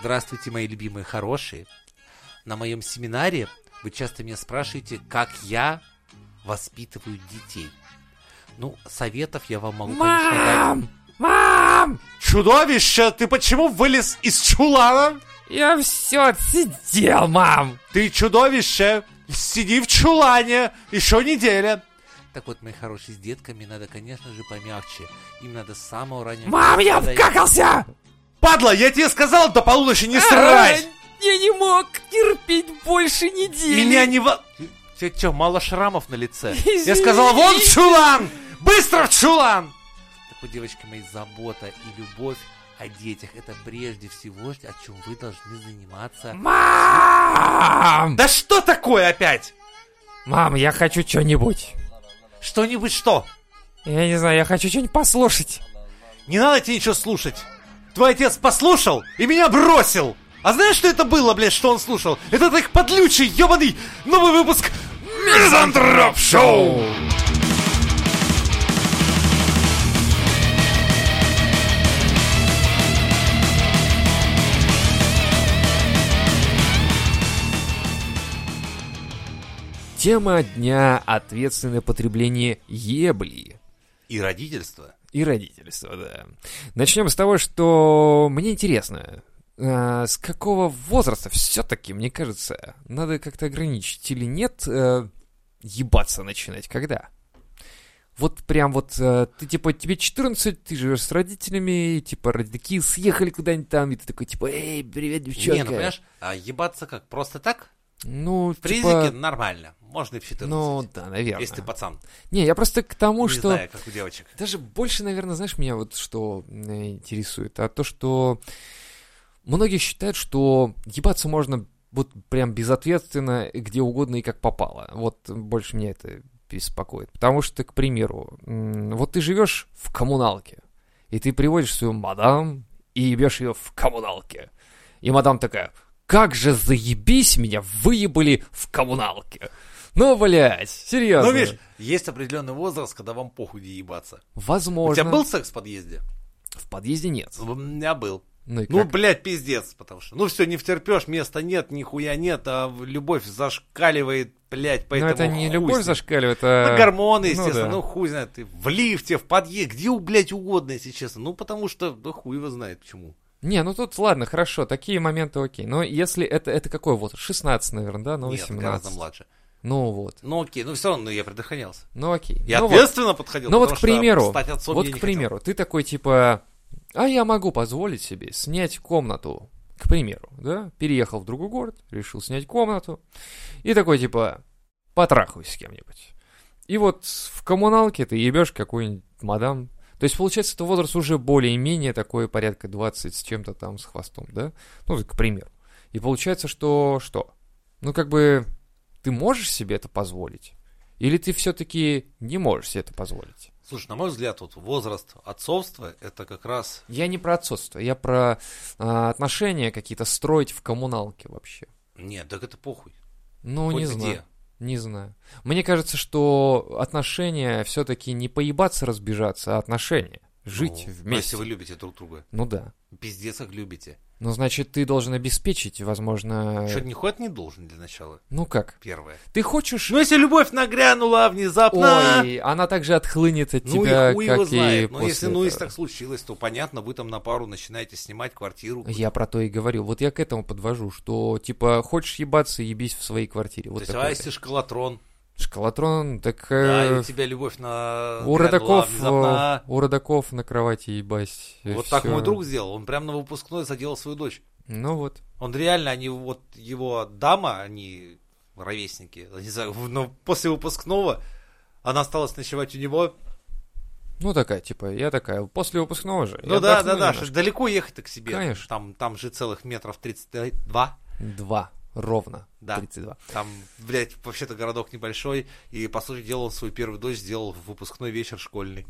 Здравствуйте, мои любимые хорошие. На моем семинаре вы часто меня спрашиваете, как я воспитываю детей. Ну, советов я вам могу, конечно, дать. Мам! Мам! Чудовище, ты почему вылез из чулана? Я все отсидел, мам! Ты чудовище, сиди в чулане, еще неделя. Так вот, мои хорошие, с детками надо, конечно же, помягче. Им надо с самого раннего... Мам, я возраста- обкакался! Падла, я тебе сказал до полуночи не срать! А, Я не мог терпеть больше недели. Меня не во... Тебе что, мало шрамов на лице? Я Извините. сказал, вон в чулан! Быстро в чулан! Так вот, девочки мои, забота и любовь о детях, это прежде всего, о чем вы должны заниматься. Мам! Да что такое опять? Мам, я хочу что-нибудь. Что-нибудь что? Я не знаю, я хочу что-нибудь послушать. Не надо тебе ничего слушать. Твой отец послушал и меня бросил. А знаешь, что это было, блядь, что он слушал? Это их подлючий, ебаный новый выпуск Мизантроп Шоу! Тема дня ответственное потребление ебли. И родительство. И родительство, да. Начнем с того, что мне интересно, а, с какого возраста все-таки, мне кажется, надо как-то ограничить или нет, э, ебаться начинать, когда? Вот прям вот, э, ты типа, тебе 14, ты живешь с родителями, и, типа, родители съехали куда-нибудь там, и ты такой, типа, эй, привет, девчонка. Не, ну понимаешь, а ебаться как? Просто так? Ну, В типа, признаке нормально. Можно и в 14. ну, да, наверное. если ты пацан. Не, я просто к тому, не что... знаю, как у девочек. Даже больше, наверное, знаешь, меня вот что э, интересует, а то, что многие считают, что ебаться можно вот прям безответственно, где угодно и как попало. Вот больше меня это беспокоит. Потому что, к примеру, м, вот ты живешь в коммуналке, и ты приводишь свою мадам и ебешь ее в коммуналке. И мадам такая, как же заебись меня выебали в коммуналке. Ну, блядь, серьезно. Ну, видишь, есть определенный возраст, когда вам похуй где ебаться. возможно. У тебя был секс в подъезде? В подъезде нет. У меня был. Ну, и Ну, как? блядь, пиздец, потому что. Ну все, не втерпешь, места нет, нихуя нет, а в- любовь зашкаливает, блядь, Ну, поэтому это не хуй любовь с ним. зашкаливает, а... Ну, гормоны, естественно, да. ну, хуй знает, ты в лифте, в подъезде, где, у, блядь, угодно, если честно. Ну, потому что, да хуй его знает почему. Не, ну тут ладно, хорошо, такие моменты окей. Но если это, это какой возраст? 16, наверное, да? Ну, Нет, 18. гораздо младше. Ну вот, Ну, окей, ну все равно ну, я предохранялся. ну окей. Я ну, вот. ответственно подходил. Ну вот, потому к что примеру, стать отцом вот, я не к примеру, ты такой, типа, а я могу позволить себе снять комнату, к примеру, да? Переехал в другой город, решил снять комнату, и такой, типа, потрахаюсь с кем-нибудь. И вот в коммуналке ты ебешь какую-нибудь мадам. То есть, получается, это возраст уже более-менее такой, порядка 20 с чем-то там, с хвостом, да? Ну, к примеру. И получается, что что? Ну, как бы, ты можешь себе это позволить? Или ты все-таки не можешь себе это позволить? хотел. Слушай, на мой взгляд, вот возраст отцовства это как раз. Я не про отцовство, я про а, отношения какие-то строить в коммуналке вообще. Нет, так это похуй. Ну, Хоть не где. знаю. Не знаю. Мне кажется, что отношения все-таки не поебаться разбежаться, а отношения. Жить Ну, ну, вместе. Если вы любите друг друга. Ну да. Пиздец, как любите. Ну, значит, ты должен обеспечить, возможно... Что, не ходит не должен для начала? Ну как? Первое. Ты хочешь... Ну, если любовь нагрянула внезапно... Ой, она также отхлынет от Ну тебя, и хуй его как и знает. Но после если, ну, если этого. так случилось, то понятно, вы там на пару начинаете снимать квартиру. Я про то и говорю. Вот я к этому подвожу, что, типа, хочешь ебаться, ебись в своей квартире. Вот то есть, такое. а если шкалатрон, Шкалатрон, так... да, и э, у тебя любовь на... у грянула родаков, внезапно. а, э, у родаков на кровати ебась. э, Вот так всё. мой друг сделал. Он прям на выпускной задел свою дочь. Ну вот. Он реально, они вот его дама, они ровесники, я не знаю, но после выпускного она осталась ночевать у него. Ну такая, типа, я такая, после выпускного же. Ну да, я да, отдохну да, немножко. что далеко ехать-то к себе. Конечно. Там, там же целых метров 32. Два, ровно. Да. 32. Там, блядь, вообще-то городок небольшой. И, по сути дела, он свою первую дочь сделал в выпускной вечер школьный.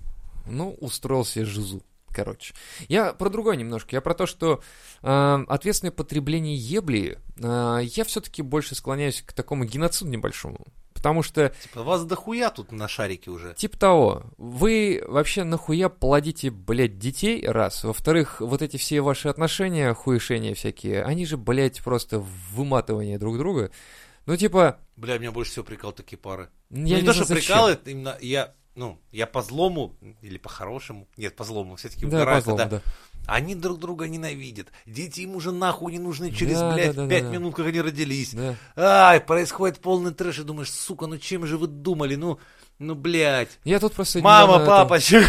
Ну, устроил себе жизу. Короче, я про другое немножко. Я про то, что э, ответственное потребление ебли, э, я все-таки больше склоняюсь к такому геноциду небольшому. Потому что, Типа, вас дохуя тут на шарике уже. типа того, вы вообще нахуя плодите, блядь, детей, раз. Во-вторых, вот эти все ваши отношения, хуешения всякие, они же, блядь, просто выматывание друг друга. Ну, типа, Бля, меня больше всего прикал такие пары. Ну, я не, не то, знаю, что зачем. прикалывает, именно я, ну, я по злому, или по-хорошему, нет, по злому, все-таки Да, угораю, по-злому, когда да. Они друг друга ненавидят. Дети им уже нахуй не нужны через, Да, блядь, да, да, пять да. минут, как они родились. Да. Ай, происходит полный трэш, и думаешь, сука, ну чем же вы думали, ну, ну, блядь. Я тут просто... Мама, недавно это- папа, че?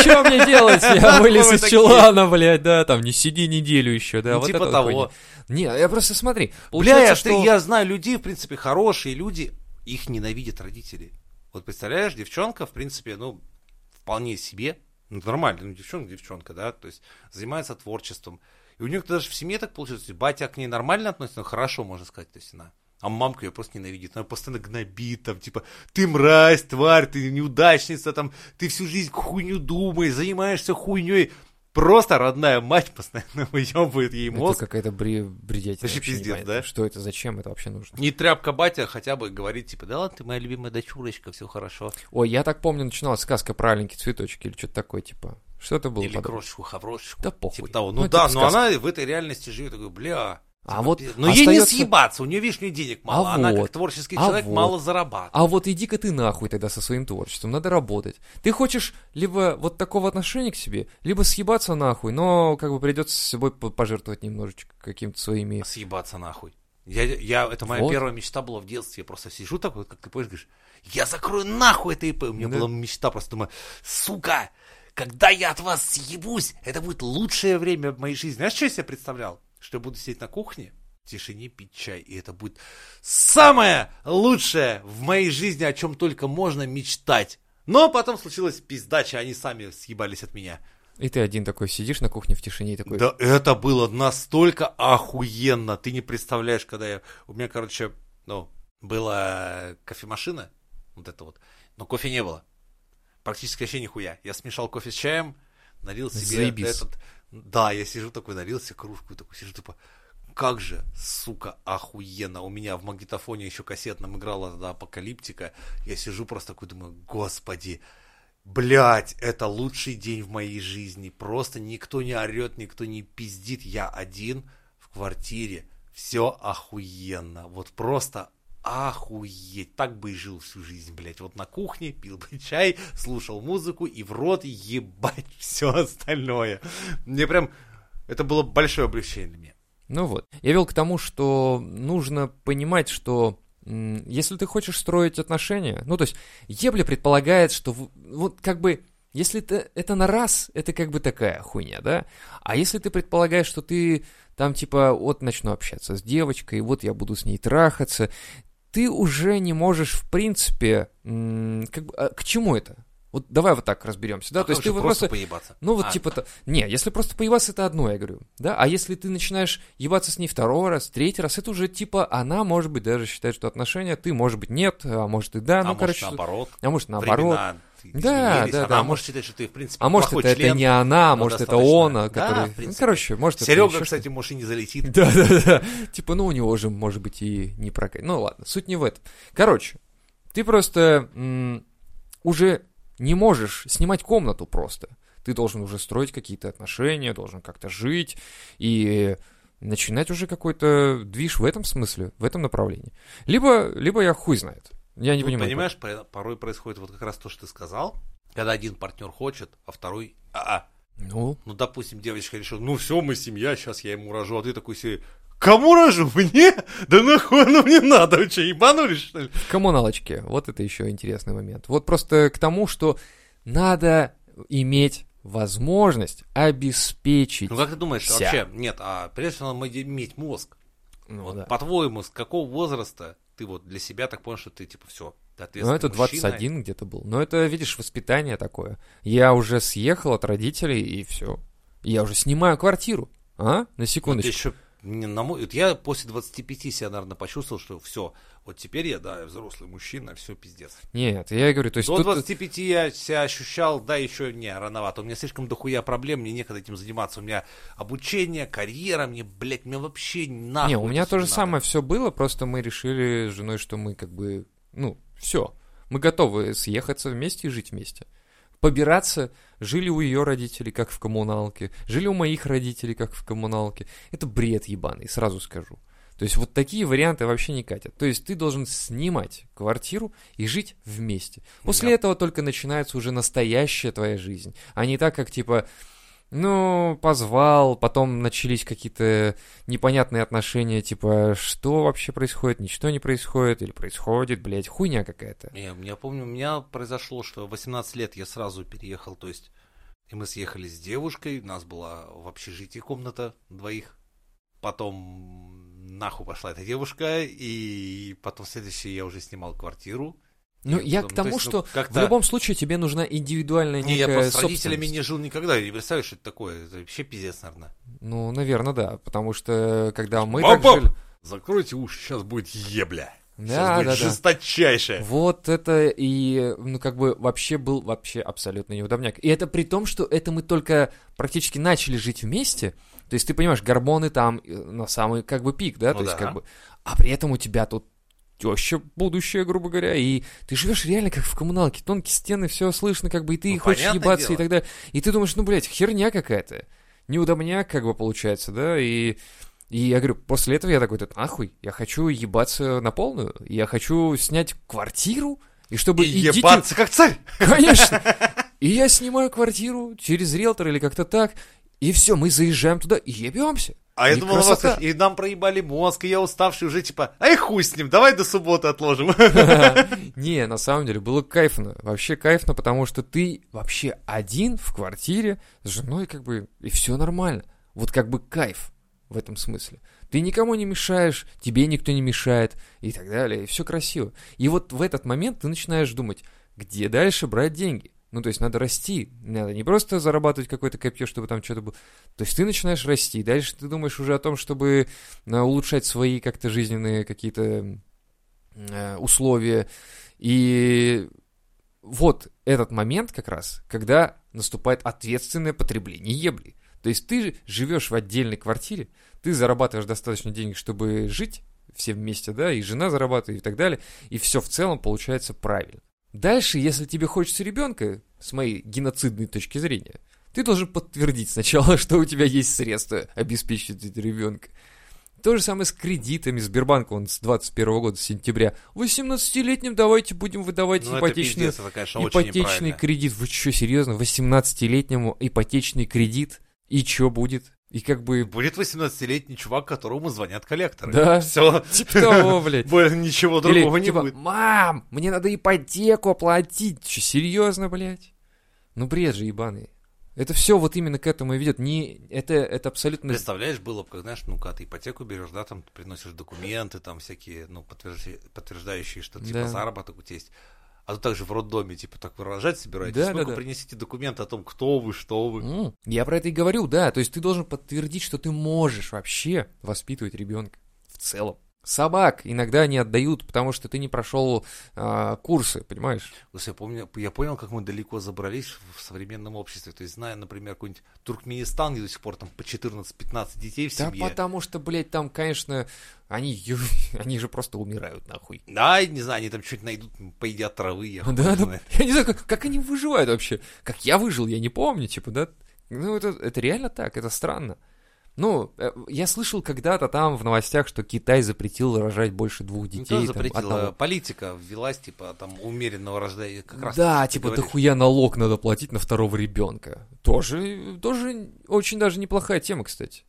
Что мне делать? Я Откуда вылез вы из такие? челана, блядь, да, там, не сиди неделю еще, да, Ну, вот типа это вот того. хуйня. Не, я просто смотри. Бля, получается, я, ты- что- я знаю людей, в принципе, хорошие люди, их ненавидят родители. Вот представляешь, девчонка, в принципе, ну, вполне себе, ну, нормально, ну, девчонка, девчонка, да, то есть занимается творчеством. И у нее даже в семье так получилось, и батя к ней нормально относится, ну, хорошо, можно сказать, то есть она. А мамка ее просто ненавидит, она постоянно гнобит, там, типа, ты мразь, тварь, ты неудачница, там, ты всю жизнь хуйню думаешь, занимаешься хуйней. Просто родная мать постоянно выебывает ей мозг. Это какая-то бре- бредятина. Вообще вообще не пиздец, понятно. да? Что это, зачем это вообще нужно? Не тряпка батя а хотя бы говорит, типа, да ладно, ты моя любимая дочурочка, все хорошо. Ой, я так помню, начиналась сказка про аленькие цветочки или что-то такое, типа. Что это было? Или потом? крошечку, хаврошечку. Да похуй. Типа того. Ну, это да, но сказка. она в этой реальности живет, такой, бля. А вот пи- Но ей не остается- съебаться, у нее, видишь, у нее денег мало. А она, вот. как творческий А человек, вот. мало зарабатывает. А вот иди-ка ты нахуй тогда со своим творчеством, надо работать. Ты хочешь либо вот такого отношения к себе, либо съебаться нахуй, но как бы придется с собой по- пожертвовать немножечко какими-то своими... Съебаться нахуй. Я, я, это моя Вот. первая мечта была в детстве. Я просто сижу такой, вот, как ты помнишь, говоришь, я закрою нахуй это ИП. У меня Да. была мечта, просто думаю, сука, когда я от вас съебусь, это будет лучшее время в моей жизни. Знаешь, что я себе представлял? Что я буду сидеть на кухне, в тишине пить чай, и это будет самое лучшее в моей жизни, о чем только можно мечтать. Но потом случилась пиздача, они сами съебались от меня. И ты один такой сидишь на кухне в тишине и такой... Да это было настолько охуенно. Ты не представляешь, когда я... У меня, короче, ну, была кофемашина, вот это вот, но кофе не было. Практически вообще нихуя. Я смешал кофе с чаем, налил себе Заебись. этот... Да, я сижу такой, налил себе кружку, и такой сижу, типа, как же, сука, охуенно. У меня в магнитофоне еще кассетном играла тогда апокалиптика. Я сижу просто такой, думаю, господи, Блять, это лучший день в моей жизни. Просто никто не орет, никто не пиздит. Я один в квартире. Все охуенно. Вот просто охуеть. Так бы и жил всю жизнь, блять. Вот на кухне пил бы чай, слушал музыку и в рот ебать все остальное. Мне прям... Это было большое облегчение для меня. Ну вот. Я вел к тому, что нужно понимать, что м, если ты хочешь строить отношения, ну то есть ебля предполагает, что в- вот как бы если это, это на раз, это как бы такая хуйня, да? А если ты предполагаешь, что ты там типа вот начну общаться с девочкой, вот я буду с ней трахаться, ты уже не можешь в принципе м, как бы а к чему это? Вот давай вот так разберемся, да? то есть ты Потому вот что просто поебаться. ну вот А, типа то... Не, если просто поебаться, это одно, я говорю. Да, а если ты начинаешь ебаться с ней второй раз, третий раз, это уже типа она может быть даже считает, что отношения, ты может быть нет, а может и да, а ну может, короче. наоборот. А может наоборот. Времена Да, изменились. да, Она да, может считать, что ты, в принципе, А может плохой это, это член. не она, но может это достаточно. он, Да, который... в ну принципе. короче, может это Серега, еще кстати, может, и не залетит. Да, да, да. Типа, ну у него же, может быть, и не прокатит. Ну ладно, суть не в этом. Короче, ты просто м, уже не можешь снимать комнату просто. Ты должен уже строить какие-то отношения, должен как-то жить и начинать уже какой-то движ в этом смысле, в этом направлении. Либо, либо я хуй знает. Я не Тут, понимаю. Ну, понимаешь, пор- порой происходит вот как раз то, что ты сказал, когда один партнер хочет, а второй... А, Ну, ну, допустим, девочка решила, ну все, мы семья, сейчас я ему рожу, а ты такой себе, кому рожу? Мне? Да нахуй оно мне надо, вы что, ебанулись, что ли? в коммуналочке. Вот это еще интересный момент. Вот просто к тому, что надо иметь возможность обеспечить Ну, как ты думаешь, Вся. вообще, нет, а прежде всего надо иметь мозг. Ну, вот да. по-твоему, с какого возраста ты вот для себя так понял, что ты, типа, все, ты Ну, ответственный это мужчина. 21 где-то был. Но это, видишь, воспитание такое. Я уже съехал от родителей, и все. Я уже снимаю квартиру. А? На Ну, ты секундочку. еще не на мой- вот я после 25 себя, наверное, почувствовал, что все, вот теперь я, да, взрослый мужчина, все, пиздец. Нет, я говорю, то есть До тут... 25 я себя ощущал, да, еще не, рановато. У меня слишком дохуя проблем, мне некогда этим заниматься. У меня обучение, карьера, мне, блядь, мне вообще нахуй. не, у меня это всё то же надо. самое все было, просто мы решили с женой, что мы как бы, ну, Все. Мы готовы съехаться вместе и жить вместе. Побираться. Жили у ее родителей, как в коммуналке. Жили у моих родителей, как в коммуналке. Это бред ебаный, сразу скажу. То есть вот такие варианты вообще не катят. То есть ты должен снимать квартиру и жить вместе. После Да. этого только начинается уже настоящая твоя жизнь. А не так, как типа, ну, позвал, потом начались какие-то непонятные отношения, типа, что вообще происходит, ничто не происходит, или происходит, блядь, хуйня какая-то. Не, я помню, у меня произошло, что в 18 лет я сразу переехал, то есть, и мы съехали с девушкой, у нас была в общежитии комната двоих, потом нахуй пошла эта девушка, и потом следующий я уже снимал квартиру. Ну, И я потом, ну, к тому, то есть, ну, что в как-то- любом случае тебе нужна индивидуальная Не, некая я просто с собственность. родителями не жил никогда, я не представляю, что это такое, это вообще пиздец, наверное. Ну, наверное, да, потому что когда мы Бам-бам! так жили... Закройте уши, сейчас будет ебля. Да, да, да. жесточайшее. Вот это и, ну, как бы вообще был вообще абсолютно неудобняк. И это при том, что это мы только практически начали жить вместе. То есть ты понимаешь, гормоны там э, на самый, как бы, пик, да? Ну То есть да. как бы... А при этом у тебя тут теща будущее, грубо говоря, и ты живешь реально как в коммуналке, тонкие стены, все слышно, как бы, и ты Ну, хочешь понятное ебаться дело. и так далее. И ты думаешь, ну, блядь, херня какая-то. Неудобняк, как бы, получается, да, и... И я говорю, после этого я такой, да нахуй, я хочу ебаться на полную, я хочу снять квартиру, и чтобы И идите- ебаться как царь. Конечно. И я снимаю квартиру через риэлтор или как-то так, и все, мы заезжаем туда и ебемся. А я И думал, у вас красота. скажет, и нам проебали мозг, и я уставший уже, типа, ай хуй с ним, давай до субботы отложим. Ну, Не, на самом деле, было кайфно. Вообще кайфно, потому что ты вообще один в квартире с женой, как бы, и все нормально. Вот как бы кайф в этом смысле. Ты никому не мешаешь, тебе никто не мешает, и так далее, и все красиво. И вот в этот момент ты начинаешь думать, где дальше брать деньги. Ну, то есть надо расти, надо не просто зарабатывать какое-то копье, чтобы там что-то было. То есть ты начинаешь расти, и дальше ты думаешь уже о том, чтобы э, улучшать свои как-то жизненные какие-то э, условия. И вот этот момент как раз, когда наступает ответственное потребление ебли. То есть ты же живешь в отдельной квартире, ты зарабатываешь достаточно денег, чтобы жить все вместе, да, и жена зарабатывает и так далее, и все в целом получается правильно. Дальше, если тебе хочется ребенка, с моей геноцидной точки зрения, ты должен подтвердить сначала, что у тебя есть средства обеспечить этого ребенка. То же самое с кредитами Сбербанка, он с 21 года, с сентября. 18-летним давайте будем выдавать Ну, это ипотечные пиздец, это, конечно, очень ипотечный неправильно. кредит. Вы что, серьезно? 18-летнему ипотечный кредит? И что будет? И как бы... Будет 18-летний чувак, которому звонят коллекторы. Да. Все. Типа того, блядь. Более ничего Или другого не типа, будет. мам, мне надо ипотеку оплатить. Че, серьезно, блядь? Ну, бред же ебаный. Это все вот именно к этому и ведет. Не, это, это абсолютно... Представляешь, было бы, как, знаешь, ну когда ты ипотеку берешь, да, там ты приносишь документы, там всякие, ну, подтвержди- подтверждающие, что типа Да. заработок у тебя есть. А тут также в роддоме, типа, так вы рожать собираетесь. Да, да, Ну-ка, да. принесите документы о том, кто вы, что вы. М, Я про это и говорю, да. То есть ты должен подтвердить, что ты можешь вообще воспитывать ребенка в целом. Собак иногда не отдают, потому что ты не прошел а, курсы, понимаешь? Слушай, я, помню, я понял, как мы далеко забрались в современном обществе. То есть, зная, например, какой-нибудь Туркменистан, где до сих пор там по 14-15 детей в Да семье. потому что, блядь, там, конечно, они, ё- они же просто умирают нахуй. Да, и не знаю, они там что-нибудь найдут, м, поедят травы, я хуй Да, да, знает. я не знаю, как, как они выживают вообще. Как я выжил, я не помню, типа, да. Ну, это, это реально так, это странно. Ну, э, я слышал когда-то там в новостях, что Китай запретил рожать больше двух Ну, детей. кто там, запретил? одного. А, Политика ввелась, типа, там, умеренного рождения. Как раз да, ты типа говоришь. дохуя налог надо платить на второго ребенка. Тоже, тоже очень даже неплохая тема, кстати.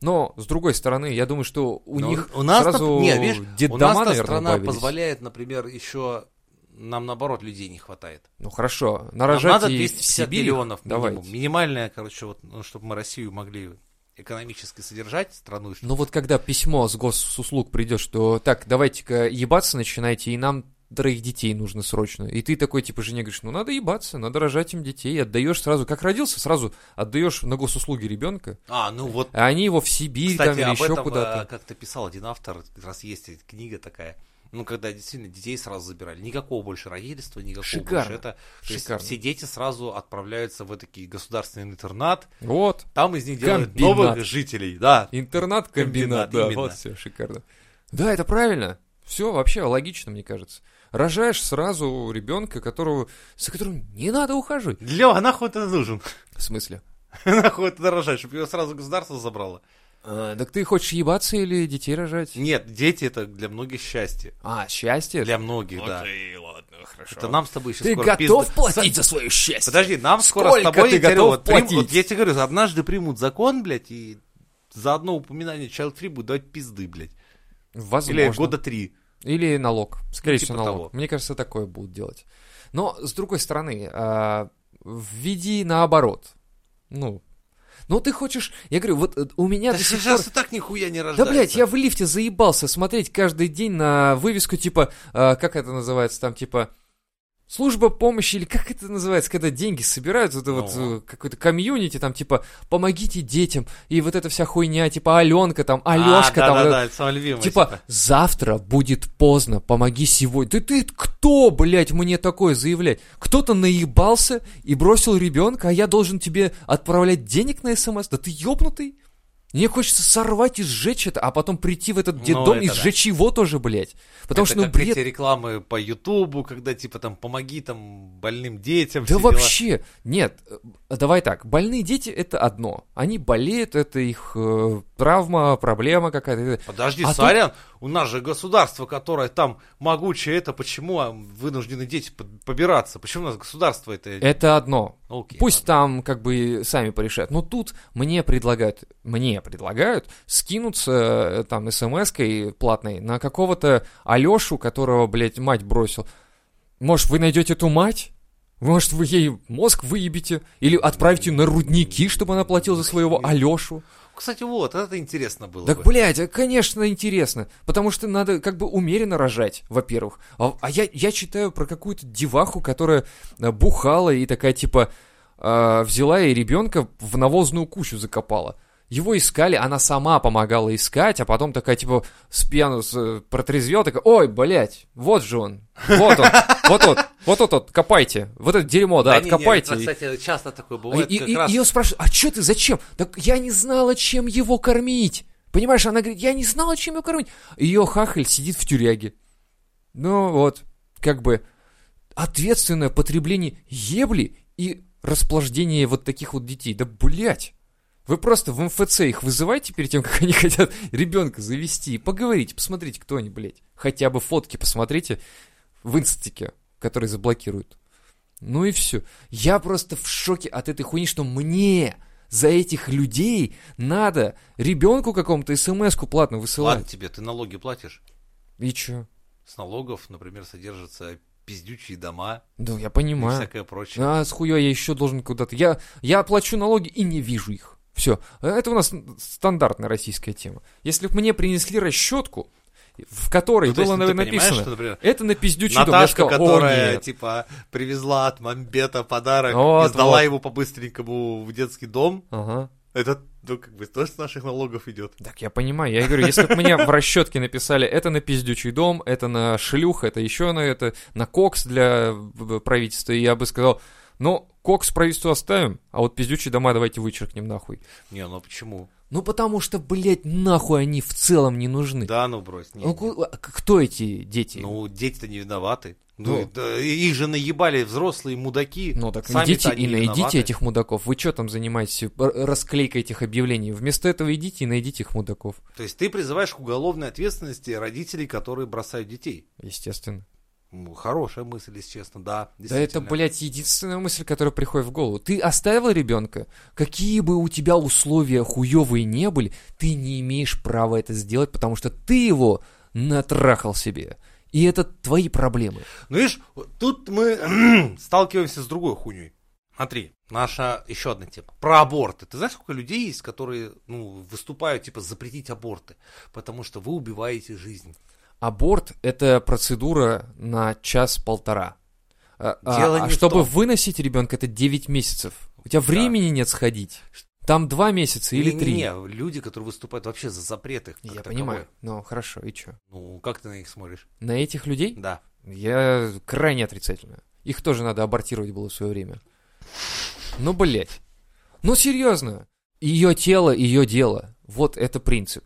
Но, с другой стороны, я думаю, что у Но них у нас сразу не, видишь, детдома, у нас наверное, страна убавились. позволяет, например, еще нам наоборот людей не хватает. Ну хорошо, Нам нарожать надо и 250 в Сибирь, миллионов минимум. Давайте. Минимальное, короче, вот, ну, чтобы мы Россию могли экономически содержать страну. и чтоб- Но Ну, вот когда письмо с госуслуг придет, что так, давайте-ка ебаться начинайте, и нам троих детей нужно срочно. И ты такой, типа, жене говоришь, ну надо ебаться, надо рожать им детей, отдаешь сразу, как родился, сразу отдаешь на госуслуги ребенка, А, ну вот, а они его в Сибирь там кстати, или об еще этом куда-то. а, как-то писал один автор, как раз есть эта книга такая. Ну, когда действительно детей сразу забирали. Никакого больше родительства, никакого больше Шикарно. это. То есть Шикарно. все дети сразу отправляются в такие государственный интернат. Вот, Там из них делают Комбинат. новых жителей, да. Комбинат, интернат-комбинат, да, именно. вот все, шикарно. Да, это правильно. Все вообще логично, мне кажется. рожаешь сразу ребенка, которого, за которым не надо ухаживать. Лева, нахуй ты нужен? В смысле? Нахуй ты рожаешь, чтобы его сразу государство забрало? Э, так ты хочешь ебаться или детей рожать? Нет, дети это для многих счастье. А, счастье? Для многих, да. и ладно, хорошо. Это нам с тобой еще Ты скоро готов пизда- платить за свое счастье? Подожди, нам скоро с Сколько тобой, ты я тебе говорю, готов вот прим- платить? вот я тебе говорю, однажды примут закон, блядь, и за одно упоминание Child Free будет давать пизды, блядь. Возможно. Или года три. Или налог. Скорее типа всего, налог. того. Мне кажется, такое будут делать. Но, с другой стороны, а, введи наоборот. Ну, ну ты хочешь... Я говорю, вот э, у меня Да до сих сейчас пор... и так нихуя не рождается. Да, блядь, я в лифте заебался смотреть каждый день на вывеску типа... э, как это называется там, типа... Служба помощи, или как это называется, когда деньги собирают, вот, это вот Ну. э, какой-то комьюнити, там, типа, помогите детям, и вот эта вся хуйня, типа, Аленка, там, Алешка, а, там, вот да, это- да, да, самое любимое, Типа, завтра будет поздно, помоги сегодня. Да ты кто, блядь, мне такое заявлять? Кто-то наебался и бросил ребенка, а я должен тебе отправлять денег на смс? Да ты ёбнутый? Мне хочется сорвать и сжечь это, а потом прийти в этот Ну, детдом и это да. сжечь его тоже, блядь. Потому Это что, ну, как бред... эти рекламы по Ютубу, когда типа там помоги там больным детям. Да все дела. вообще, нет, э, давай так, больные дети это одно. Они болеют, это их э, травма, проблема какая-то. Подожди, А тут- сорян, у нас же государство, которое там могучее, это почему а, вынуждены дети под- побираться? Почему у нас государство это... Ну, Это одно. Окей, Э, Пусть там как бы сами порешают. Но тут мне предлагают, мне предлагают скинуться э, там смс-кой платной на какого-то Алешу, которого, блядь, мать бросил. Может, вы найдете эту мать? Может, вы ей мозг выебите? Или отправите на рудники, чтобы она платила за своего Алешу? ладно. Ну, Кстати, вот, это интересно было Так, бы. блядь, а, конечно, интересно. Потому что надо как бы умеренно рожать, во-первых. А, а я, я читаю про какую-то деваху, которая э, бухала и такая, типа, э, взяла и ребенка в навозную кучу закопала. Его искали, она сама помогала искать, а потом такая, типа, с пьяну с, э, протрезвела, такая, ой, блядь, вот же он, вот он, вот он, вот тот, вот, копайте, вот это дерьмо, да, не, не, откопайте. это, И- кстати, часто такое а бывает. И, как и- раз... ее спрашивают, а что ты, зачем? Так я не знала, чем его кормить. Понимаешь, она говорит, я не знала, чем его кормить. Ее хахаль сидит в тюряге. Ну вот, как бы ответственное потребление ебли и расплождение вот таких вот детей. Да блять! Вы просто в МФЦ их вызывайте перед тем, как они хотят ребенка завести. и Поговорите, посмотрите, кто они, блядь. Хотя бы фотки посмотрите в инстике, который заблокируют. Ну и все. Я просто в шоке от этой хуйни, что мне за этих людей надо ребенку какому-то смс-ку платно Ладно высылать. тебе, ты налоги платишь. И че? С налогов, например, содержатся пиздючие дома Да, я и понимаю. всякое прочее. Ну, А с хуя я еще должен куда-то. Я, я плачу налоги и не вижу их. Все. Это у нас стандартная российская тема. Если бы мне принесли расчетку, в которой Ну, то есть, было ну, ты наверное, понимаешь, написано, что, например, это на пиздючий дом. Я Наташка, сказал, «О, которая, нет». типа, привезла от Мамбета подарок и Вот, сдала вот. его по-быстренькому в детский дом, Ага. это, ну, как бы, тоже с наших налогов идет. Так я понимаю, я и говорю, если бы мне в расчетке написали, это на пиздючий дом, это на шлюх, это еще на это, на кокс для э, правительства, и я бы сказал, ну, кокс правительству оставим, а вот пиздючие дома давайте вычеркнем нахуй. Не, ну почему? Ну потому что, блядь, нахуй они в целом не нужны. Да, ну брось. не, Ну, не. ку- а к- кто эти дети? Ну, Ну, дети-то не виноваты. Ну. Ну, да, и- их же наебали взрослые мудаки. так Сами-то идите они и найдите виноваты. этих мудаков. Вы что там занимаетесь э, р- расклейкой этих объявлений? Вместо этого идите и найдите их мудаков, То есть ты призываешь к уголовной ответственности родителей, которые бросают детей. естественно. Ну, Хорошая мысль, если честно, да. Да это, действительно. блядь, единственная мысль, которая приходит в голову. Ты оставил ребенка, какие бы у тебя условия хуевые не были, ты не имеешь права это сделать, потому что ты его натрахал себе. И это твои проблемы. Ну, видишь, вот тут мы сталкиваемся с другой хуйней. Смотри, наша еще одна тема. Про аборты. Ты знаешь, сколько людей есть, которые ну, выступают, типа, запретить аборты, потому что вы убиваете жизнь. Аборт — это процедура на час-полтора. А, а- Дело а не в чтобы том. выносить ребенка, это 9 месяцев. У тебя времени нет сходить. Там 2 месяца или 3. Не, люди, которые выступают вообще за запрет их. как Я таковой. понимаю. Ну, хорошо, и что? Ну, как ты на них смотришь? На этих людей? Да. Я крайне отрицательно. Их тоже надо абортировать было в свое время. Ну, блять. Ну, серьезно. Ее тело, ее дело. Вот это принцип.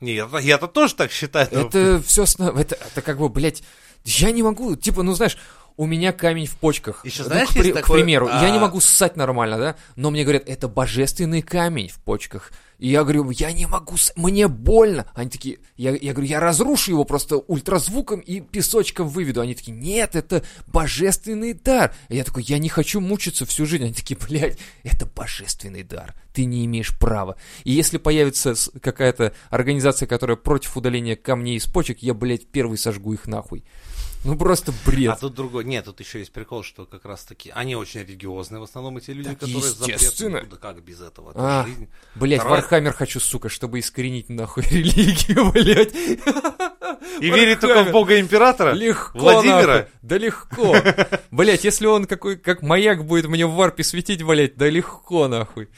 Не, я- я-то тоже так считаю. но- Это все... Это, это как бы, блядь, Я не могу, типа, ну знаешь, у меня камень в почках. Еще Ну, знаешь, к, при- есть к такое, примеру, я не а- могу ссать нормально, да? Но мне говорят, это божественный камень в почках. И я говорю, я не могу, с- мне больно. Они такие, я, я говорю, я разрушу его просто ультразвуком и песочком выведу. Они такие, нет, это божественный дар. И я такой, я не хочу мучиться всю жизнь. Они такие, блядь, это божественный дар. Ты не имеешь права. И если появится с- какая-то организация, которая против удаления камней из почек, я, блядь, первый сожгу их нахуй. Ну просто бред. А тут другой. Нет, тут еще есть прикол, что как раз таки они очень религиозные в основном эти люди, Так, которые естественно. Да как без этого? Это А. жизнь. Блять, Второе- Вархаммер хочу, сука, чтобы искоренить нахуй религию, блять. И верит только в Бога Императора? Легко, Владимира? нахуй. Да легко. Блять, если он какой, как маяк будет мне в варпе светить, блять, да легко, нахуй.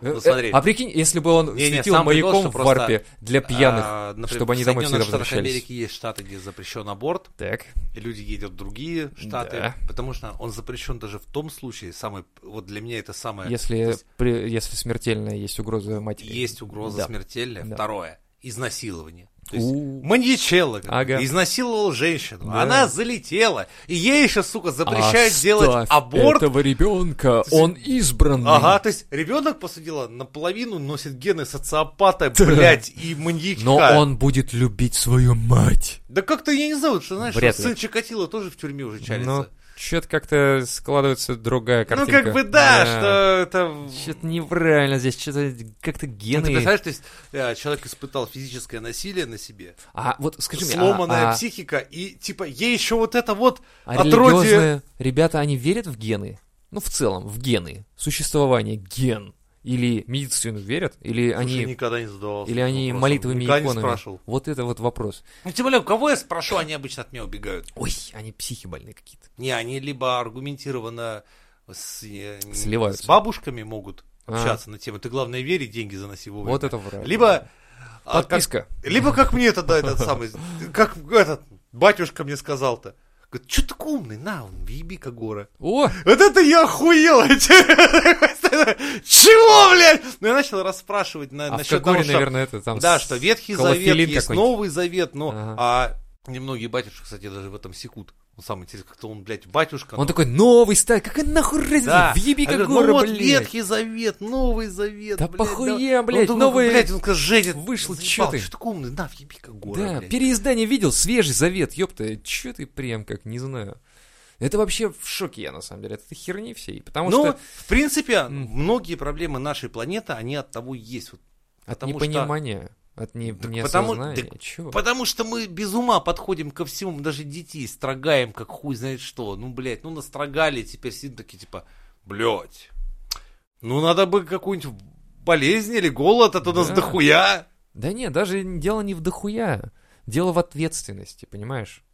Ну, смотри. А прикинь, если бы он Не-не, светил сам прикол, маяком что в просто, варпе для пьяных, А, например, чтобы они домой В всегда Соединенных Штатах возвращались. Америки есть штаты, где запрещен аборт, Так, и люди едут в другие штаты, Да. потому что он запрещен даже в том случае, самый, вот для меня это самое... то если, есть при- если смертельная есть угроза матери. Есть угроза Да. смертельная. Да. Второе. Изнасилование. То есть У, маньячелло. Ага. Изнасиловал женщину. Да. Она залетела. И ей еще, сука, запрещают делать оставь аборт. этого ребенка, есть- он избранный. Ага, то есть ребенок посудила наполовину, носит гены социопата, блядь, и маньячка. Но он будет любить свою мать. Да как-то, я не знаю, вот, что, знаешь, Вряд что ли. сын Чикатило тоже в тюрьме уже чалится. Ну, что-то как-то складывается другая ну, картинка. А. как бы да, что это... Что-то неправильно здесь, что-то как-то Ну, ты гены... представляешь, то есть э, человек испытал физическое насилие на себе, а вот скажи мне, а- сломанная а, психика, и типа ей еще вот это вот а отродье- религиозные ребята, они верят в гены? Ну, в целом, в гены. Существование ген. Или медицину верят, или Слушай, они... никогда не задавался Или этим они вопросом, молитвами и никогда не иконами. спрашивал. Вот это вот вопрос. Ну, тем более, у кого я спрошу, они обычно от меня убегают. Ой, они психи больные какие-то. Не, они либо аргументированно с, э, Сливаются. с бабушками могут А. общаться на тему. Ты, главное, вери, деньги заноси вовремя. Вот это враг. Либо... а, как- Подписка. Либо как мне тогда этот самый, как этот батюшка мне сказал-то. Говорит, что ты умный, на, он, въеби Кагора. О, Вот это я охуел! Чего, блядь? Ну, я начал расспрашивать на, а в насчет Кагоре, того, что... наверное, это там... да, с- что Ветхий Завет, колофилин есть какой-нибудь. Новый Завет, но... Ага. А немногие батюшки, кстати, даже в этом секут. Ну, самое интересное, кто он, блядь, батюшка. Он такой, новый старый, какая нахуй разница, Да. въеби Я говорю, как ну гора, вот блядь. Ветхий Завет, Новый Завет, Да блядь. похуя, Он блядь, такой, новые- Блядь, он сказал, Женя, Вышло, чё заебал, ты? Чё такой умный, на, въеби как гора, Да, блядь. переиздание видел, свежий завет, ёпта, чё ты прям как, не знаю. Это вообще в шоке я, на самом деле, от этой херни всей, потому Ну, что в принципе, М. многие проблемы нашей планеты, они от того и есть. Вот от потому непонимания, от не, Так потому- неосознания, так чего? Потому что мы без ума подходим ко всему, мы даже детей строгаем, как хуй знает что. Ну, блядь, ну настрогали, теперь сидим такие, типа, блядь, ну надо бы какую-нибудь болезнь или голод, а то нас Да. дохуя. Да нет, даже дело не в дохуя, дело в ответственности, понимаешь?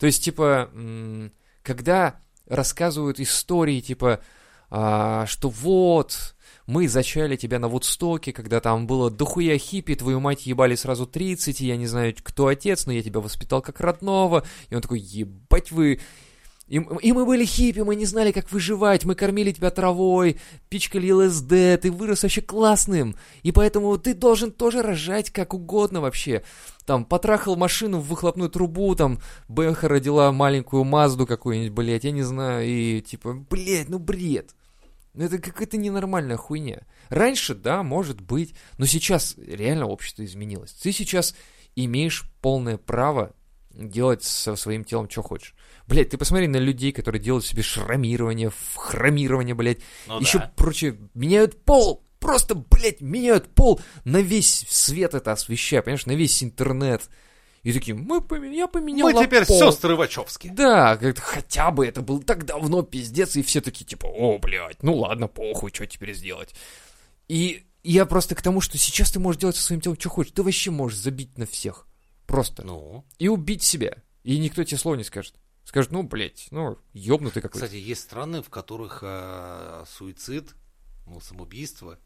То есть, типа, м, когда рассказывают истории, типа, а, что вот, мы зачали тебя на Вудстоке, когда там было дохуя хиппи, твою мать ебали сразу 30, и я не знаю, кто отец, но я тебя воспитал как родного. И он такой, ебать вы... И, м- и мы были хиппи, мы не знали, как выживать, мы кормили тебя травой, пичкали ЛСД, ты вырос вообще классным, и поэтому ты должен тоже рожать как угодно вообще. Там, потрахал машину в выхлопную трубу, там, Бэха родила маленькую Мазду какую-нибудь, блядь, я не знаю, и типа, блядь, ну бред. Ну это какая-то ненормальная хуйня. Раньше, да, может быть, но сейчас реально общество изменилось. Ты сейчас имеешь полное право делать со своим телом, что хочешь. Блядь, ты посмотри на людей, которые делают себе шрамирование, в- хромирование, блядь, Ну еще прочее, меняют пол. Просто, блядь, меняют пол. На весь свет это освещая, понимаешь, на весь интернет. И такие, мы поме- я поменял Мы теперь пол. сестры Вачовски. Да, как-то хотя бы это было так давно, пиздец, и все такие, типа, о, блядь, ну ладно, похуй, что теперь сделать. И я просто к тому, что сейчас ты можешь делать со своим телом, что хочешь. Ты вообще можешь забить на всех. Просто. Ну, И убить себя. И никто тебе слова не скажет. Скажет, ну, блядь, ну, ёбнутый какой-то. кстати, есть страны, в которых э, суицид, ну, самоубийство,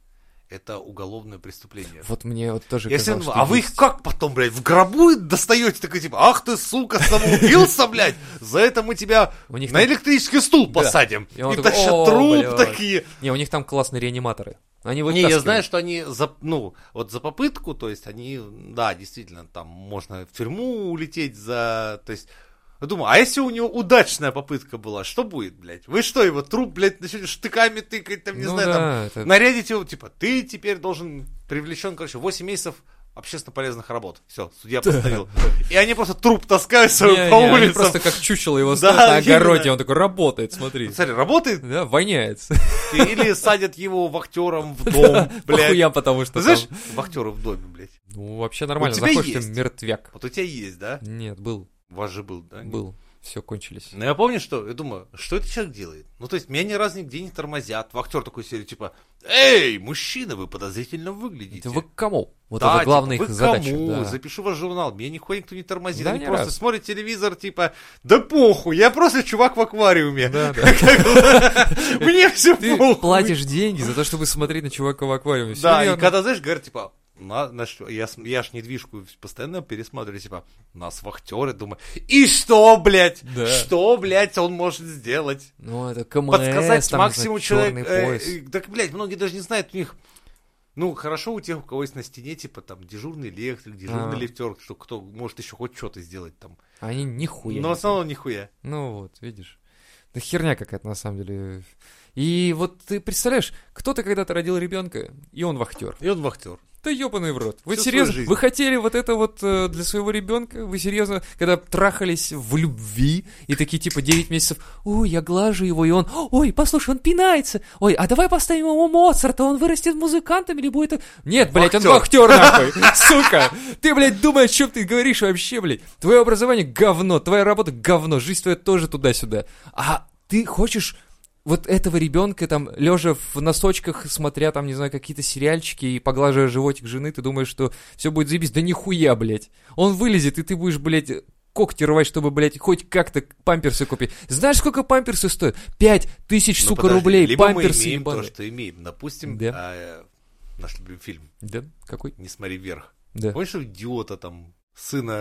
это уголовное преступление. Вот мне вот тоже Если казалось, он- что а вы есть. их как потом, блядь, в гробу достаете, такой типа, ах ты, сука, самоубился, блядь, за это мы тебя У них на там- электрический стул Да. посадим. И он И такой, тащат «О, труп блядь». такие. Не, у них там классные реаниматоры. Не, Они я вытаскивают. знаю, что они за, ну, вот за попытку, то есть они, да, действительно, там можно в тюрьму улететь за, то есть Я думаю, а если у него удачная попытка была, что будет, блядь? Вы что, его труп, блядь, начнете штыками тыкать, там, не ну знаю, там, да, это- нарядите его, типа, ты теперь должен привлечен, короче, 8 месяцев общественно полезных работ. Все, судья постановил. И они просто труп таскают свой Не, по не, они улицам. просто как чучело его Да, ставят на именно. огороде, он такой работает, смотри. Смотри, работает Да, воняется. или садят его вахтером в дом, блядь. Похуя, потому что Ты знаешь, там- вахтеры в доме, блядь. Ну, вообще нормально, тебя заходишь, ты есть. мертвяк. Вот у тебя есть, да? Нет, был, У вас же был, да? был. Все, кончились. Ну, я помню, что, я думаю, что этот человек делает? Ну, то есть, меня ни разу нигде не тормозят. Вахтер такой серии, типа, эй, мужчина, вы подозрительно выглядите. Это вы к кому? Вот Да, это главная типа, их вы задача. кому? да. Запишу ваш журнал. Меня нихуя никто не тормозит. Да, Они ни просто разу. смотрят телевизор, типа, да похуй, я просто чувак в аквариуме. Да, да. Мне все Ты похуй. платишь деньги за то, чтобы смотреть на чувака в аквариуме. Всё Да, и верно. когда, знаешь, говорят, типа, на, на что- я, с- я ж недвижку постоянно пересматриваю, типа, нас вахтеры, думаю, и что, блядь, Да. что, блядь, он может сделать? Ну, это КМС, Подсказать там, максимум значит, чёрный человек. э, пояс. э, так, блядь, многие даже не знают, у них, ну, хорошо у тех, у кого есть на стене, типа, там, дежурный электрик, дежурный А. лифтер, что кто может еще хоть что-то сделать там. Они нихуя. Но в не основном нихуя. Ну вот, видишь. Да херня какая-то на самом деле. И вот ты представляешь, кто-то когда-то родил ребенка, и он вахтер. И он вахтер. Да ебаный в рот. Вы Всю свою серьезно? жизнь. Вы хотели вот это вот э, для своего ребенка? Вы серьезно, когда трахались в любви и такие типа 9 месяцев, ой, я глажу его, и он, ой, послушай, он пинается, ой, а давай поставим ему Моцарта, он вырастет музыкантом или будет... так-» Нет, блядь, он вахтер нахуй, сука. Ты, блядь, думаешь, о чем ты говоришь вообще, блядь. Твое образование говно, твоя работа говно, жизнь твоя тоже туда-сюда. А ты хочешь вот этого ребенка там, лежа в носочках, смотря там, не знаю, какие-то сериальчики и поглаживая животик жены, ты думаешь, что все будет заебись. Да нихуя, блядь. Он вылезет, и ты будешь, блядь, когти рвать, чтобы, блядь, хоть как-то памперсы купить. Знаешь, сколько памперсы стоят? Пять тысяч, сука, рублей. Ну, Либо мы памперсы имеем то, ебаные. что имеем. Допустим, Да. а, э, наш любимый фильм Да? Какой? «Не смотри вверх». Да. Помнишь, у идиота там, сына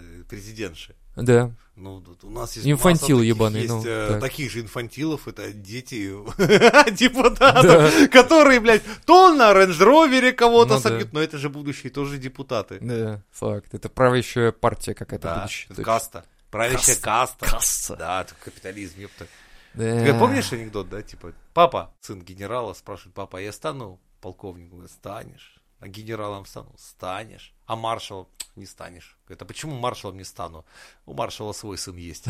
э, президентши? Да. Ну, тут у нас есть Инфантил масса таких ебаный, есть, ну, э, так. таких же инфантилов, это дети депутатов, которые, блядь, то на рейндж-ровере кого-то Ну да. собьют, но это же будущие тоже депутаты. Да. Факт. Это правящая партия какая-то Да, будущая. это каста. Правящая каста. Касса. Да, это капитализм, ёпта. Да. Ты Помнишь анекдот, да, типа, папа, сын генерала, спрашивает, папа, а я стану полковником? Говорит, станешь. А генералом стану? Станешь. А маршалом не станешь. Говорит, а почему маршалом не стану? У маршала свой сын есть.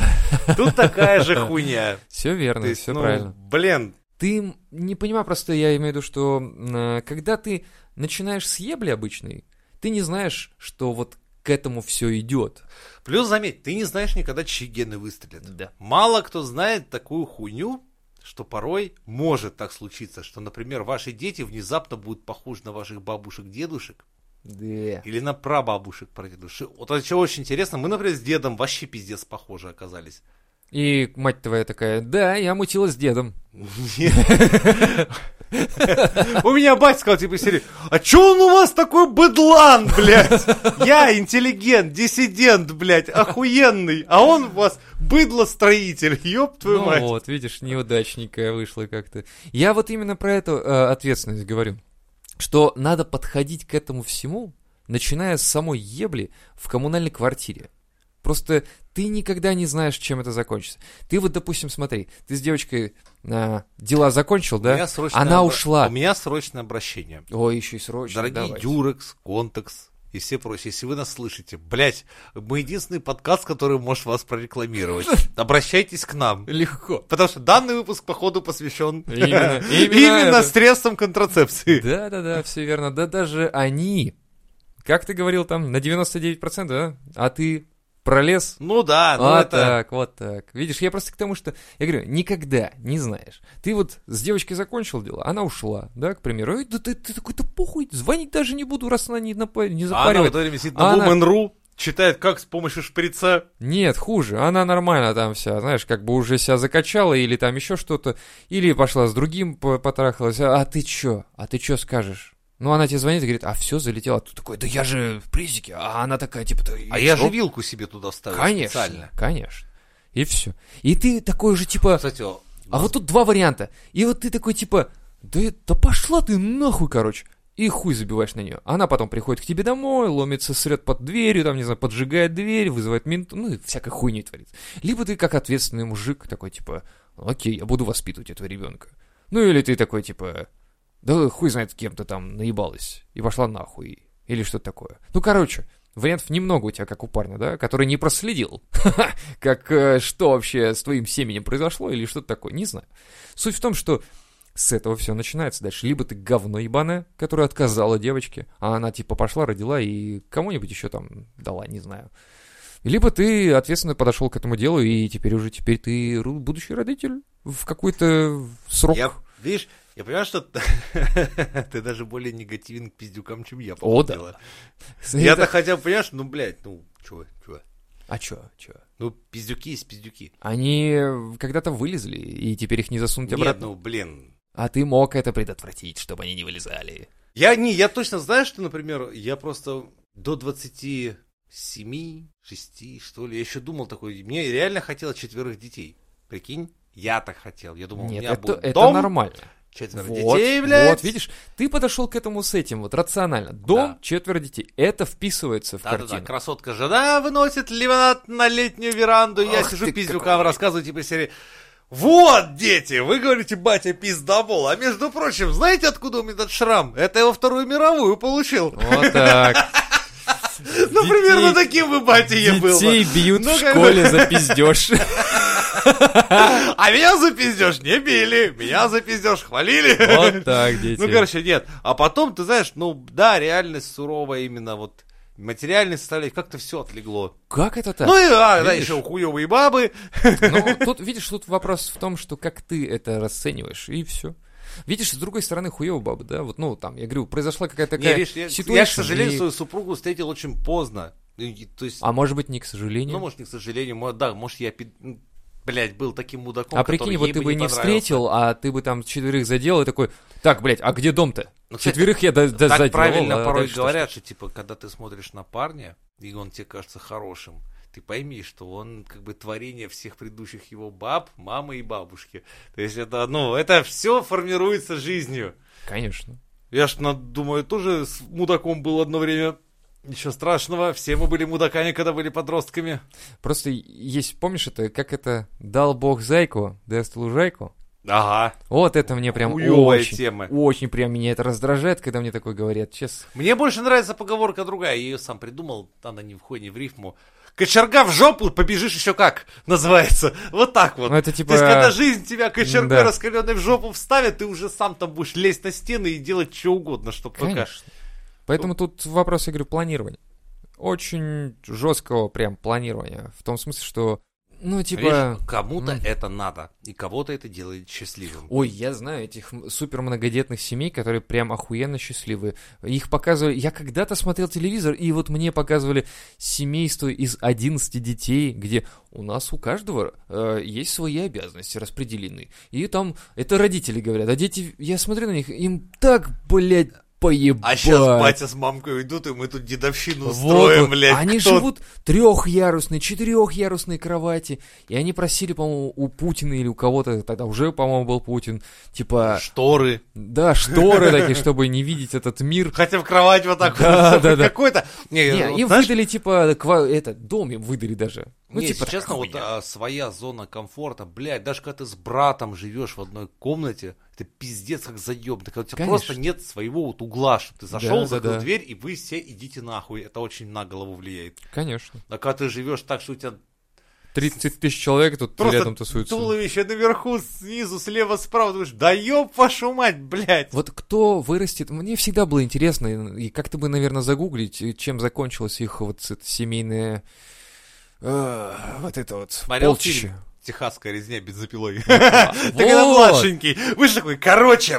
Тут такая же хуйня. Все верно, То есть, все ну, правильно. Блин, Ты м, не понимаю, просто я имею в виду, что м, э, когда ты начинаешь с ебли обычной, ты не знаешь, что вот к этому все идет. плюс заметь, ты не знаешь никогда, чьи гены выстрелят. Да. Мало кто знает такую хуйню, что порой может так случиться, что, например, ваши дети внезапно будут похожи на ваших бабушек, дедушек, Да. Или на прабабушек, прадедушек. Вот это чего очень интересно. Мы, например, с дедом вообще пиздец похожи оказались. И мать твоя такая, да, я мутила с дедом. У меня батя сказал, типа, из серии, а чё он у вас такой быдлан, блядь? Я интеллигент, диссидент, блядь, охуенный, а он у вас быдлостроитель, ёб твою ну мать. вот, видишь, неудачненькая вышла как-то. Я вот именно про эту э, ответственность говорю, что надо подходить к этому всему, начиная с самой ебли в коммунальной квартире. Просто ты никогда не знаешь, чем это закончится. Ты вот, допустим, смотри, ты с девочкой э, дела закончил, У меня да? срочное Она обра- ушла. У меня срочное обращение. Ой, еще и срочно. Дорогие давайте. Дюрекс, Контекс и все прочие, если вы нас слышите, блядь, мы единственный подкаст, который может вас прорекламировать. Обращайтесь к нам. Легко. Потому что данный выпуск, походу, посвящен Именно, именно это. средствам контрацепции. Да, да, да, все верно. Да даже они, как ты говорил там, на 99%, да? А ты пролез Ну да, ну а, это... так, вот так. Видишь, я просто к тому, что... Я говорю, никогда не знаешь. Ты вот с девочкой закончил дело, она ушла, да, к примеру. Ой, да ты, ты такой, да похуй, звонить даже не буду, раз она не, напа- А Она не в запаривает. это время сидит на Она- Woman.ru, читает, как с помощью шприца. Нет, хуже, она нормально там вся, знаешь, как бы уже себя закачала или там еще что-то, или пошла с другим по- потрахалась. А ты чё? А ты чё скажешь? Ну, она тебе звонит и говорит, а все, залетела. Ты такой, да я же в призике. А она такая, типа, «Да А и я что?» же вилку себе туда вставил Конечно, специально. конечно. И все. И ты такой же, типа... Кстати, о, А вот тут два варианта. И вот ты такой типа, да, и- да пошла ты нахуй, короче. и хуй забиваешь на нее. Она потом приходит к тебе домой, ломится, срет под дверью, там, не знаю, поджигает дверь, вызывает мент, ну и всякой хуйни творит. Либо ты как ответственный мужик такой, типа, окей, я буду воспитывать этого ребенка. Ну или ты такой, типа, да хуй знает, кем ты там наебалась и пошла нахуй, или что-то такое. Ну, короче, вариантов немного у тебя, как у парня, да, который не проследил, как э, что вообще с твоим семенем произошло или что-то такое, не знаю. Суть в том, что с этого все начинается дальше. Либо ты говно ебаное, которое отказала девочке, а она типа пошла, родила и кому-нибудь еще там дала, не знаю. Либо ты ответственно подошел к этому делу, и теперь уже теперь ты ру- будущий родитель в какой-то срок. Я, видишь, я понимаю, что т- ты даже более негативен к пиздюкам, чем я. по О, ходу да. дела. Это- Я-то хотя бы, понимаешь, ну, блядь, ну, чё, чё. А чё, чё? Ну, пиздюки есть пиздюки. Они когда-то вылезли, и теперь их не засунуть Нет, обратно. ну, блин. А ты мог это предотвратить, чтобы они не вылезали. Я не, я точно знаю, что, например, я просто до 27, 6, что ли, я еще думал такой, мне реально хотелось четверых детей. Прикинь, я так хотел. Я думал, у Нет, меня это, будет это дом, нормально. четверо Вот, детей, блядь. вот, видишь, ты подошел к этому с этим вот рационально. Дом, Да. четверо детей. Это вписывается в Да-да-да, картину. красотка жена выносит лимонад на летнюю веранду, я Ах сижу ты пиздюкам, кролик. рассказываю типа из серии «Вот, дети, вы говорите, батя пиздобол, а между прочим, знаете, откуда у меня этот шрам? Это я во Вторую мировую получил». Вот так. Ну, Детей- примерно таким бы батя я был. Детей бьют Ну, в как бы- школе за пиздеж. А меня за пиздеж не били, меня за пиздеж хвалили. Вот так, дети. Ну, короче, нет. А потом, ты знаешь, ну, да, реальность суровая именно вот материальной составляющей, как-то все отлегло. Как это так? Ну и а, да, видишь? еще хуевые бабы. Ну, тут, видишь, тут вопрос в том, что как ты это расцениваешь, и все. Видишь, с другой стороны, хуево баба, да? Вот, ну, там, я говорю, произошла какая-то Не, такая видишь, я, ситуация. я, к сожалению, свою супругу встретил очень поздно. И, То есть, А может быть, не к сожалению. ну, может, не к сожалению, мо- да, может, я, пи- м, блядь, был таким мудаком, а прикинь, который вот ей ты бы бы не понравился. встретил, а ты бы там четверых заделал и такой, так, блядь, а где дом-то? Ну, кстати, Четверых я до- до- так заделал. правильно а порой дальше что? говорят, что, типа, когда ты смотришь на парня, и он тебе кажется хорошим, ты пойми, что он как бы творение всех предыдущих его баб, мамы и бабушки. То есть это, ну, это все формируется жизнью. Конечно. Я ж, на- думаю, тоже с мудаком был одно время. Ничего страшного, все мы были мудаками, когда были подростками. Просто есть, помнишь это, как это «Дал бог зайку, даст лужайку»? Ага. Вот это мне прям Хуёвая очень, тема. очень прям меня это раздражает, когда мне такое говорят, честно. Мне больше нравится поговорка другая, я ее сам придумал, она не входит не в рифму. Кочерга в жопу, побежишь еще как, называется. Вот так вот. Ну, это типа... То есть, когда жизнь тебя кочергой да. раскаленной в жопу вставит, ты уже сам там будешь лезть на стены и делать что угодно, чтобы пока... Конечно. Поэтому тут вопрос, я говорю, планирования. Очень жесткого прям планирования. В том смысле, что, ну, типа... Видишь, кому-то М. это надо, и кого-то это делает счастливым. Ой, я знаю этих м- супер многодетных семей, которые прям охуенно счастливы. Их показывали... Я когда-то смотрел телевизор, и вот мне показывали семейство из 11 детей, где у нас у каждого э, есть свои обязанности распределены. И там... Это родители говорят, а дети... Я смотрю на них, им так, блядь, поебать. А сейчас батя с мамкой уйдут, и мы тут дедовщину устроим, Вот, вот. блядь. Они Кто- живут трехярусные, четырехярусные кровати. И они просили, по-моему, у Путина или у кого-то, тогда уже, по-моему, был Путин, типа, Шторы. да, шторы такие, чтобы не видеть этот мир. Хотя в кровать вот так Да, вот. да, да. Какой-то... Не, Не, вот им знаешь, выдали, типа, ква- этот, дом им выдали даже. Ну, Не, если типа, честно, такая вот хуйня. а, своя зона комфорта, блядь, даже когда ты с братом живешь в одной комнате, это пиздец как заебно, когда у тебя Конечно. просто нет своего вот угла, чтобы ты зашел, Да, закрыл да, да. дверь, и вы все идите нахуй, это очень на голову влияет. Конечно. А когда ты живешь так, что у тебя 30 тысяч человек тут Просто рядом тусуются. туловище наверху, снизу, слева, справа, думаешь, да ёб вашу мать, блядь. Вот кто вырастет, мне всегда было интересно, и как-то бы, наверное, загуглить, и чем закончилось их вот с- это семейное... э, вот это вот Смотрел полчище. фильм «Техасская резня бензопилой». Ты когда Ну, Вот. младшенький, вы же такой, короче,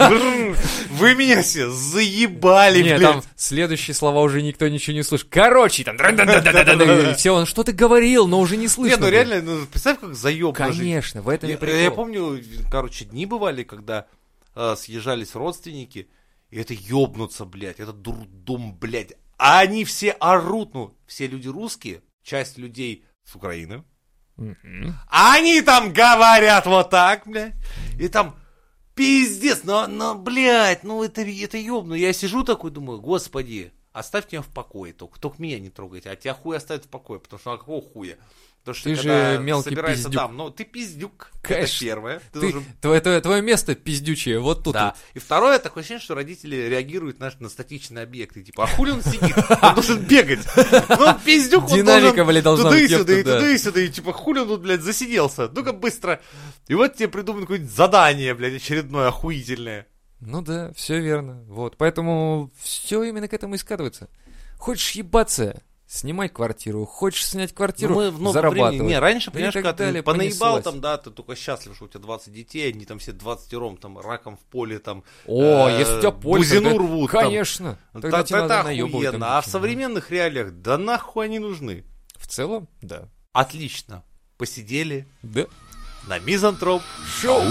вы меня все заебали, Не, блядь. там следующие слова уже никто ничего не слышит. Короче, там... и Все, он что-то говорил, но уже не слышно. Не, ну было. реально, ну, представь, как заебно жить. Конечно, в этом и Я, прикол. я помню, короче, дни бывали, когда э, съезжались родственники, и это ёбнуться, блядь, это дурдом, блядь. А они все орут, ну, все люди русские, часть людей с Украины. Мгм. А они там говорят вот так, блядь. И там Пиздец, но, но, блядь, ну это, это ёбну. Я сижу такой, думаю, господи, оставьте меня в покое только. Только меня не трогайте, а тебя хуй оставят в покое, потому что а какого хуя? Потому что Ты же когда мелкий собирается пиздюк. дам, ну ты пиздюк, Конечно. это первое. Ты Ты- должен твое, твое- твое место пиздючее, вот тут. Да. вот. И второе, такое ощущение, что родители реагируют на, на статичные объекты. Типа, а хули он сидит? Он должен бегать. Ну, он пиздюк, он Динамика, должен блядь, должна туда и быть, ёпта, сюда, и да. туда и сюда. И типа, хули он тут, блядь, засиделся? Ну-ка быстро. И вот тебе придумано какое-нибудь задание, блядь, очередное, охуительное. Ну да, все верно. Вот. Поэтому все именно к этому и скатывается. Хочешь ебаться, снимай квартиру. Хочешь снять квартиру, Ну, мы в новом зарабатывай. времени- Не, раньше, И понимаешь, так когда ты далее, понаебал понеслась. там, да, ты только счастлив, что у тебя 20 детей, они там все 20 ром, там, раком в поле, там. О, э, если у тебя поле, бузину тогда- рвут там. Конечно. Тогда Та- тебе та- та надо наебывать. там охуенно. А в ничего. современных реалиях, да нахуй они нужны? В целом, да. Отлично. Посидели Да. на мизантроп. Шоу!